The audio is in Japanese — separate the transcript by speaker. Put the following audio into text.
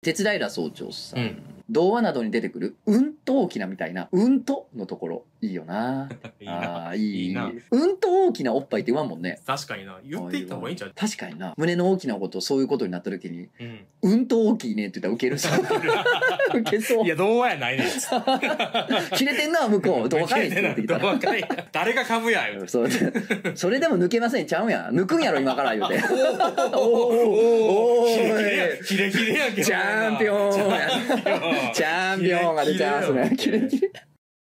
Speaker 1: 鉄平総長さん、
Speaker 2: うん
Speaker 1: 童話などに出てくる「うんと大きな」みたいな「うんと」のところいいよな
Speaker 2: いいな。
Speaker 1: あーいい
Speaker 2: いいな
Speaker 1: うんと大きなおっぱいって言わんもんね
Speaker 2: 確かにな。言っていった方がいいんちゃう
Speaker 1: 確かにな胸の大きなことそういうことになった時に
Speaker 2: うん。
Speaker 1: 「うんと大きいね」って言ったらウケる さウケそう
Speaker 2: いや、どうやないねん。
Speaker 1: 切れてんな向こうどかいって言ってきたら
Speaker 2: 若い誰が株や言うて
Speaker 1: そうそれでも抜けませんちゃうんや抜くんやろ今から言うてお
Speaker 2: お
Speaker 1: おおお
Speaker 2: ヒレヒレやヒレヒレやけど
Speaker 1: チ
Speaker 2: な
Speaker 1: ャンピオン
Speaker 2: チャンピオン
Speaker 1: チャンピオンが出ちゃいますねキレキレ